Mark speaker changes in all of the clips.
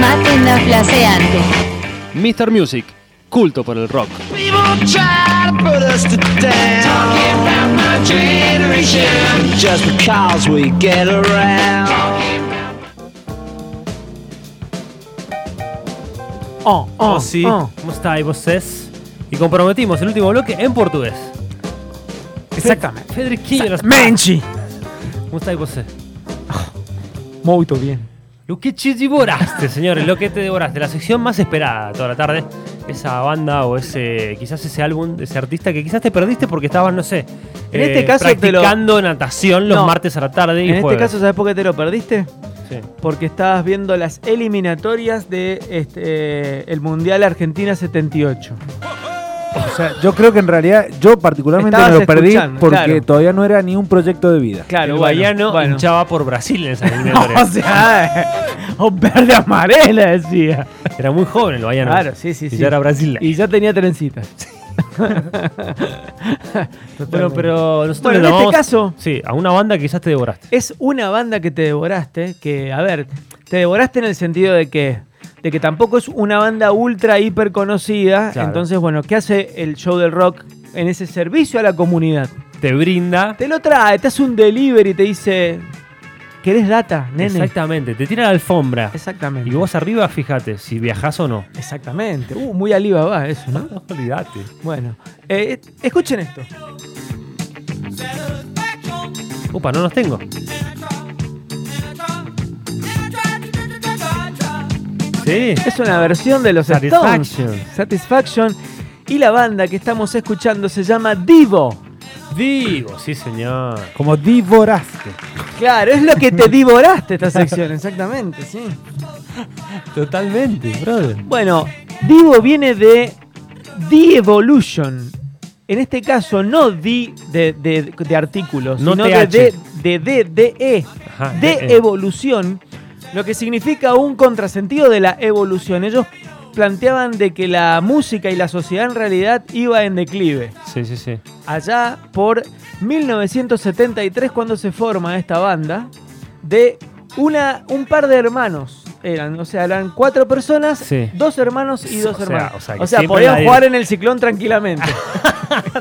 Speaker 1: Maten la flaseante.
Speaker 2: Mr. Music, culto por el rock.
Speaker 3: People try to put us to down. Talking about my generation. Just because we get around.
Speaker 4: Oh, oh,
Speaker 5: Oh, sí.
Speaker 4: oh.
Speaker 5: ¿Cómo estáis vocês? Y comprometimos el último bloque en portugués.
Speaker 4: Exactamente.
Speaker 5: Federiquinho, las-
Speaker 4: Menchi.
Speaker 5: ¿Cómo estáis vocês?
Speaker 4: Muy bien.
Speaker 5: Lo que te devoraste, señores, lo que te devoraste. La sección más esperada toda la tarde. Esa banda o ese, quizás ese álbum de ese artista que quizás te perdiste porque estabas, no sé, eh,
Speaker 6: En este caso te lo-
Speaker 5: practicando natación los
Speaker 6: No.
Speaker 5: martes a la tarde y
Speaker 6: En este
Speaker 5: jueves.
Speaker 6: caso, ¿sabes por qué te lo perdiste?
Speaker 5: Sí.
Speaker 6: Porque estabas viendo las eliminatorias de este, eh, el Mundial Argentina 78.
Speaker 7: O sea, yo creo que en realidad, yo particularmente me
Speaker 6: Estabas
Speaker 7: lo perdí
Speaker 6: escuchando,
Speaker 7: porque
Speaker 6: claro.
Speaker 7: todavía no era ni un proyecto de vida.
Speaker 6: Claro,
Speaker 5: el
Speaker 6: bueno,
Speaker 5: baiano
Speaker 6: bueno.
Speaker 5: hinchaba por Brasil en esa
Speaker 6: O
Speaker 5: eliminatoria.
Speaker 6: sea, o verde amarela decía.
Speaker 5: Era muy joven el baiano.
Speaker 6: Claro, sí, sí,
Speaker 5: Y
Speaker 6: sí.
Speaker 5: ya era Brasil.
Speaker 6: Y ya tenía trencitas.
Speaker 5: Bueno, pero nosotros
Speaker 6: Bueno,
Speaker 5: le
Speaker 6: en este
Speaker 5: llamamos-
Speaker 6: caso,
Speaker 5: Sí, a una banda que quizás te devoraste.
Speaker 6: es una banda que te devoraste, que, a ver, te devoraste en el sentido de que, de que tampoco es una banda ultra hiper conocida.
Speaker 5: Claro.
Speaker 6: Entonces, bueno, ¿qué hace el show del rock en ese servicio a la comunidad?
Speaker 5: Te brinda.
Speaker 6: Te lo trae, te hace un delivery y te dice, ¿querés data, nene?
Speaker 5: Exactamente, te tira la alfombra.
Speaker 6: Exactamente.
Speaker 5: Y vos arriba, fíjate, si viajás o no.
Speaker 6: Exactamente. Uh, muy aliva va eso, ¿no?
Speaker 5: Olvídate.
Speaker 6: Bueno, eh, escuchen esto.
Speaker 5: Upa, no los tengo. Sí.
Speaker 6: Es una versión de los
Speaker 5: Satisfaction.
Speaker 6: Stones. Satisfaction. Y la banda que estamos escuchando se llama Divo.
Speaker 5: Digo, sí, señor.
Speaker 7: Como divoraste.
Speaker 6: Claro, es lo que te divoraste esta sección, exactamente, sí.
Speaker 5: Totalmente, brother.
Speaker 6: Bueno, Divo viene de The Evolution. En este caso, no di de, de, de artículos,
Speaker 5: No
Speaker 6: sino
Speaker 5: TH.
Speaker 6: de, de, de, de, de E.
Speaker 5: Ajá,
Speaker 6: de
Speaker 5: eh, eh.
Speaker 6: evolución, lo que significa un contrasentido de la evolución. Ellos planteaban de que la música y la sociedad en realidad iba en declive.
Speaker 5: Sí, sí, sí.
Speaker 6: Allá por 1973 cuando se forma esta banda de una, un par de hermanos. Eran, o sea, eran cuatro personas,
Speaker 5: Sí.
Speaker 6: dos hermanos y dos
Speaker 5: O sea,
Speaker 6: hermanas.
Speaker 5: o
Speaker 6: O
Speaker 5: sea,
Speaker 6: sea,
Speaker 5: que siempre
Speaker 6: podían
Speaker 5: nadie-
Speaker 6: jugar en el ciclón tranquilamente.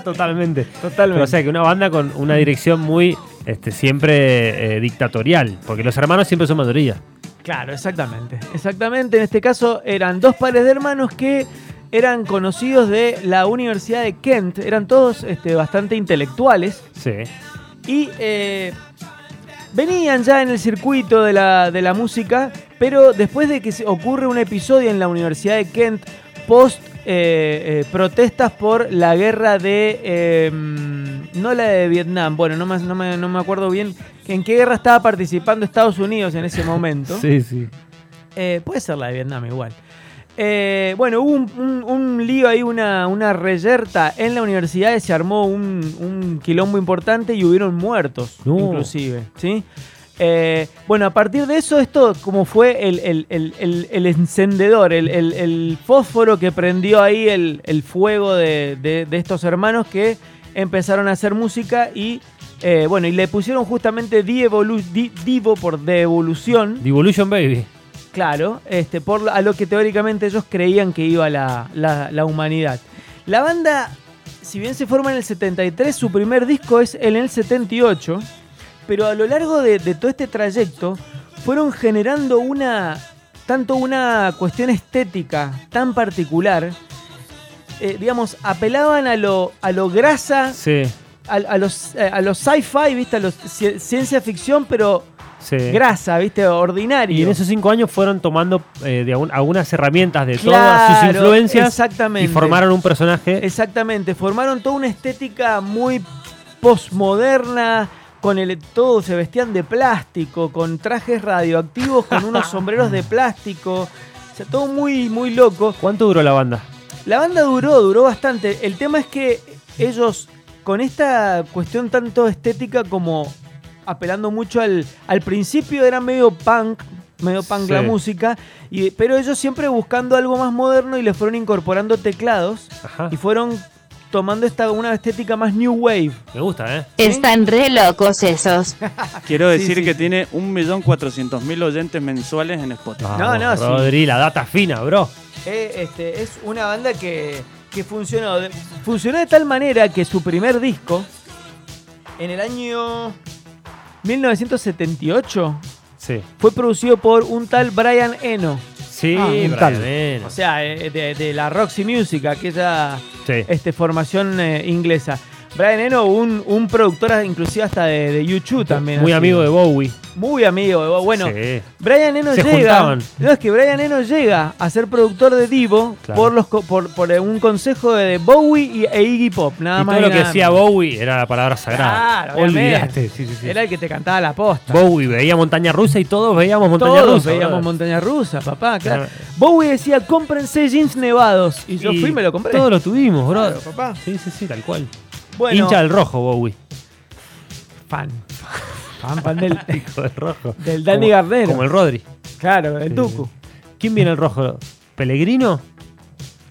Speaker 5: Totalmente.
Speaker 6: Totalmente.
Speaker 5: Pero, o sea, que una banda con una dirección muy este, siempre eh, dictatorial. Porque los hermanos siempre son mayoría.
Speaker 6: Claro, exactamente. Exactamente, en este caso eran dos pares de hermanos que eran conocidos de la Universidad de Kent, eran todos este, bastante intelectuales
Speaker 5: Sí.
Speaker 6: y eh, venían ya en el circuito de la, de la música, pero después de que se- ocurre un episodio en la Universidad de Kent post eh, eh, protestas por la guerra de... eh, no la de Vietnam, bueno, no me, no me- no me acuerdo bien en qué guerra estaba participando Estados Unidos en ese momento.
Speaker 5: Sí, sí.
Speaker 6: Eh, puede ser la de Vietnam igual. Eh, bueno, hubo un, un- un lío ahí, una, una reyerta en la universidad, se armó un, un quilombo importante y hubieron muertos,
Speaker 5: No.
Speaker 6: inclusive. ¿sí? Eh, bueno, a partir de eso, esto como fue el, el- el- el- el encendedor, el, el- el fósforo que prendió ahí el, el fuego de, de- de estos hermanos que empezaron a hacer música y, eh, bueno, y le pusieron justamente The Evolu- Di- Divo por de evolución.
Speaker 5: Devolution Baby.
Speaker 6: Claro, este, por lo- a lo que teóricamente ellos creían que iba la, la- la humanidad. La banda, si bien se forma en el 73, su primer disco es en el 78, pero a lo largo de, de todo este trayecto fueron generando una, tanto una cuestión estética tan particular, eh, digamos, apelaban a lo, a lo grasa,
Speaker 5: Sí.
Speaker 6: a, a los, eh, a los sci-fi, ¿viste? a los ci- ciencia ficción, pero
Speaker 5: Sí.
Speaker 6: grasa, ¿viste? ordinario.
Speaker 5: Y en esos cinco años fueron tomando eh, de algún- algunas herramientas de todas sus
Speaker 6: Claro,
Speaker 5: influencias
Speaker 6: exactamente.
Speaker 5: y formaron un personaje.
Speaker 6: Exactamente, formaron toda una estética muy postmoderna, con el todo se vestían de plástico, con trajes radioactivos, con unos sombreros de plástico. O sea, todo muy, muy loco.
Speaker 5: ¿Cuánto duró la banda?
Speaker 6: La banda duró, duró bastante. El tema es que ellos, con esta cuestión tanto estética como apelando mucho al. Al principio era medio punk, medio punk
Speaker 5: Sí.
Speaker 6: la música, y,
Speaker 8: Ah.
Speaker 6: pero ellos siempre buscando algo más moderno y les fueron incorporando teclados
Speaker 5: Ajá.
Speaker 6: y fueron tomando esta, una estética más new wave.
Speaker 5: Me gusta, ¿eh?
Speaker 1: Están re locos esos.
Speaker 8: Quiero
Speaker 6: Sí,
Speaker 8: decir
Speaker 6: sí,
Speaker 8: que
Speaker 6: sí.
Speaker 8: tiene 1.400.000 oyentes mensuales en Spotify.
Speaker 5: Vamos,
Speaker 6: no, sí.
Speaker 5: Ah, Rodri, la data fina, bro.
Speaker 6: Eh, este, es una banda que, que funcionó, de, funcionó de tal manera que su primer disco, en el año 1978,
Speaker 5: Sí.
Speaker 6: fue producido por un tal Brian Eno.
Speaker 5: Sí,
Speaker 4: Ah,
Speaker 5: Brian,
Speaker 4: mental.
Speaker 5: bien.
Speaker 6: O sea, eh, de, de la Roxy Music, aquella
Speaker 5: Sí.
Speaker 6: este, formación eh, inglesa. Brian Eno, un, un productor inclusive hasta de, de YouTube también.
Speaker 5: Muy
Speaker 6: ha
Speaker 5: amigo
Speaker 6: sido.
Speaker 5: de Bowie.
Speaker 6: Muy amigo. de- Bueno,
Speaker 5: Sí.
Speaker 6: Brian Eno
Speaker 5: Se
Speaker 6: llega.
Speaker 5: juntaban.
Speaker 6: No, es que Brian Eno llega a ser productor de Divo
Speaker 5: Claro.
Speaker 6: por, los, co- por, por un consejo de Bowie y, e Iggy Pop. Nada
Speaker 5: Y
Speaker 6: más.
Speaker 5: todo
Speaker 6: y
Speaker 5: lo que
Speaker 6: nada
Speaker 5: hacía
Speaker 6: menos.
Speaker 5: Bowie era la palabra sagrada.
Speaker 6: Claro, obviamente.
Speaker 5: Olvidaste, sí, sí, sí.
Speaker 6: Era el que te cantaba la posta.
Speaker 5: Bowie veía montaña rusa y todos veíamos montaña
Speaker 6: Todos
Speaker 5: rusa.
Speaker 6: veíamos
Speaker 5: bro.
Speaker 6: montaña rusa, papá. Claro.
Speaker 5: Claro.
Speaker 6: Bowie decía: cómprense jeans nevados. Y yo
Speaker 5: Y
Speaker 6: fui y me lo compré.
Speaker 5: Todos lo tuvimos, bro.
Speaker 6: Claro, papá.
Speaker 5: Sí, sí, sí, tal cual.
Speaker 6: Bueno,
Speaker 5: Hincha del rojo, Bowie.
Speaker 6: fan. Fan, fan del,
Speaker 5: Hijo del rojo.
Speaker 6: del Danny
Speaker 5: Como-
Speaker 6: Gardner.
Speaker 5: Como el Rodri.
Speaker 6: Claro, del
Speaker 5: Sí.
Speaker 6: Tucu.
Speaker 5: ¿Quién viene el rojo? ¿Pellegrino?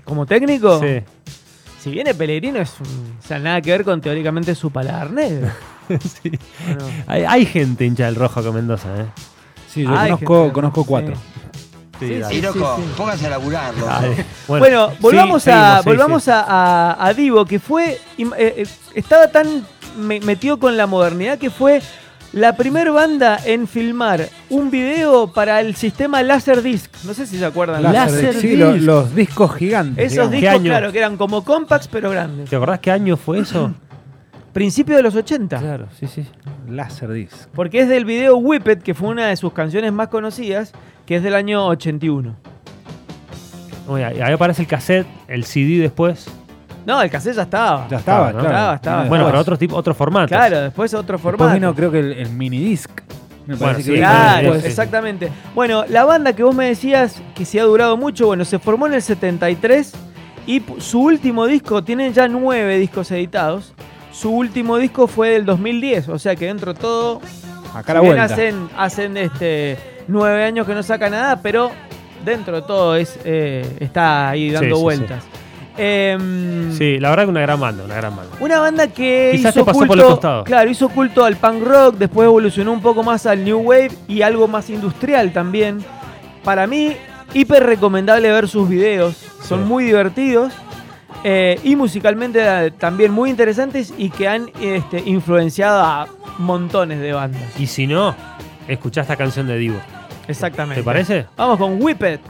Speaker 6: Como técnico,
Speaker 5: Sí.
Speaker 6: si viene Pellegrino, es un, o sea, nada que ver con teóricamente su paladar negro.
Speaker 5: Sí.
Speaker 6: ¿o Ah, no?
Speaker 5: Hay, hay gente hincha del rojo que Mendoza, ¿eh?
Speaker 7: Sí, yo
Speaker 6: Ay,
Speaker 7: conozco,
Speaker 6: gente.
Speaker 7: conozco cuatro.
Speaker 5: Sí, dale.
Speaker 3: póngase a laburar,
Speaker 5: Dale.
Speaker 6: Bueno, volvamos,
Speaker 5: sí,
Speaker 6: a,
Speaker 5: seguimos, sí,
Speaker 6: volvamos
Speaker 5: sí.
Speaker 6: A, a- a Divo, que fue. im- eh, eh, estaba tan me- metido con la modernidad que fue la primer banda en filmar un video para el sistema Laserdisc. No sé si se acuerdan.
Speaker 7: Laserdisc, sí, lo- los discos gigantes.
Speaker 6: Esos
Speaker 7: digamos.
Speaker 5: ¿Qué
Speaker 6: discos,
Speaker 5: año?
Speaker 6: claro, que eran como compacts, pero grandes.
Speaker 5: ¿Te acordás qué año fue eso?
Speaker 6: Principio de los 80.
Speaker 5: claro, sí, sí.
Speaker 7: Laserdisc.
Speaker 6: Porque es del video Whippet, que fue una de sus canciones más conocidas, que es del año 81.
Speaker 5: Oye, ahí aparece el cassette, el CD después.
Speaker 6: No, el cassette ya estaba.
Speaker 7: Ya
Speaker 5: Estaba,
Speaker 7: estaba,
Speaker 5: ¿no?
Speaker 7: claro.
Speaker 6: Estaba, estaba.
Speaker 7: Ah,
Speaker 5: bueno,
Speaker 6: después.
Speaker 5: pero otro tipo, otro formato.
Speaker 6: Claro, después otro
Speaker 7: Después
Speaker 6: formato.
Speaker 7: vino, creo que el, el minidisc. Me
Speaker 5: Bueno,
Speaker 7: parece
Speaker 5: sí,
Speaker 7: que vino
Speaker 6: Claro, pues,
Speaker 7: después.
Speaker 5: sí.
Speaker 6: exactamente. Bueno, la banda que vos me decías que se ha durado mucho, bueno, se formó en el 73 y pu- su último disco, tienen ya nueve discos editados. Su último disco fue del 2010, o sea que dentro de todo,
Speaker 7: Acá la
Speaker 6: bien
Speaker 7: vuelta.
Speaker 6: hacen, hacen este, nueve años que no saca nada, pero dentro de todo es, eh, está ahí dando
Speaker 5: sí, sí.
Speaker 6: vueltas. Em,
Speaker 5: Sí, la verdad que una gran banda, una gran banda.
Speaker 6: una banda que
Speaker 5: Quizás
Speaker 6: hizo
Speaker 5: te pasó
Speaker 6: culto,
Speaker 5: por el costado.
Speaker 6: claro, hizo culto al punk rock, después evolucionó un poco más al new wave y algo más industrial también. Para mí, hiper recomendable ver sus videos, son
Speaker 5: Sí.
Speaker 6: muy divertidos eh, y musicalmente eh, también muy interesantes y que han este, influenciado a montones de bandas.
Speaker 5: Y si no, escuchá esta canción de Divo.
Speaker 6: Exactamente.
Speaker 5: ¿Te parece?
Speaker 6: Vamos con Whippet.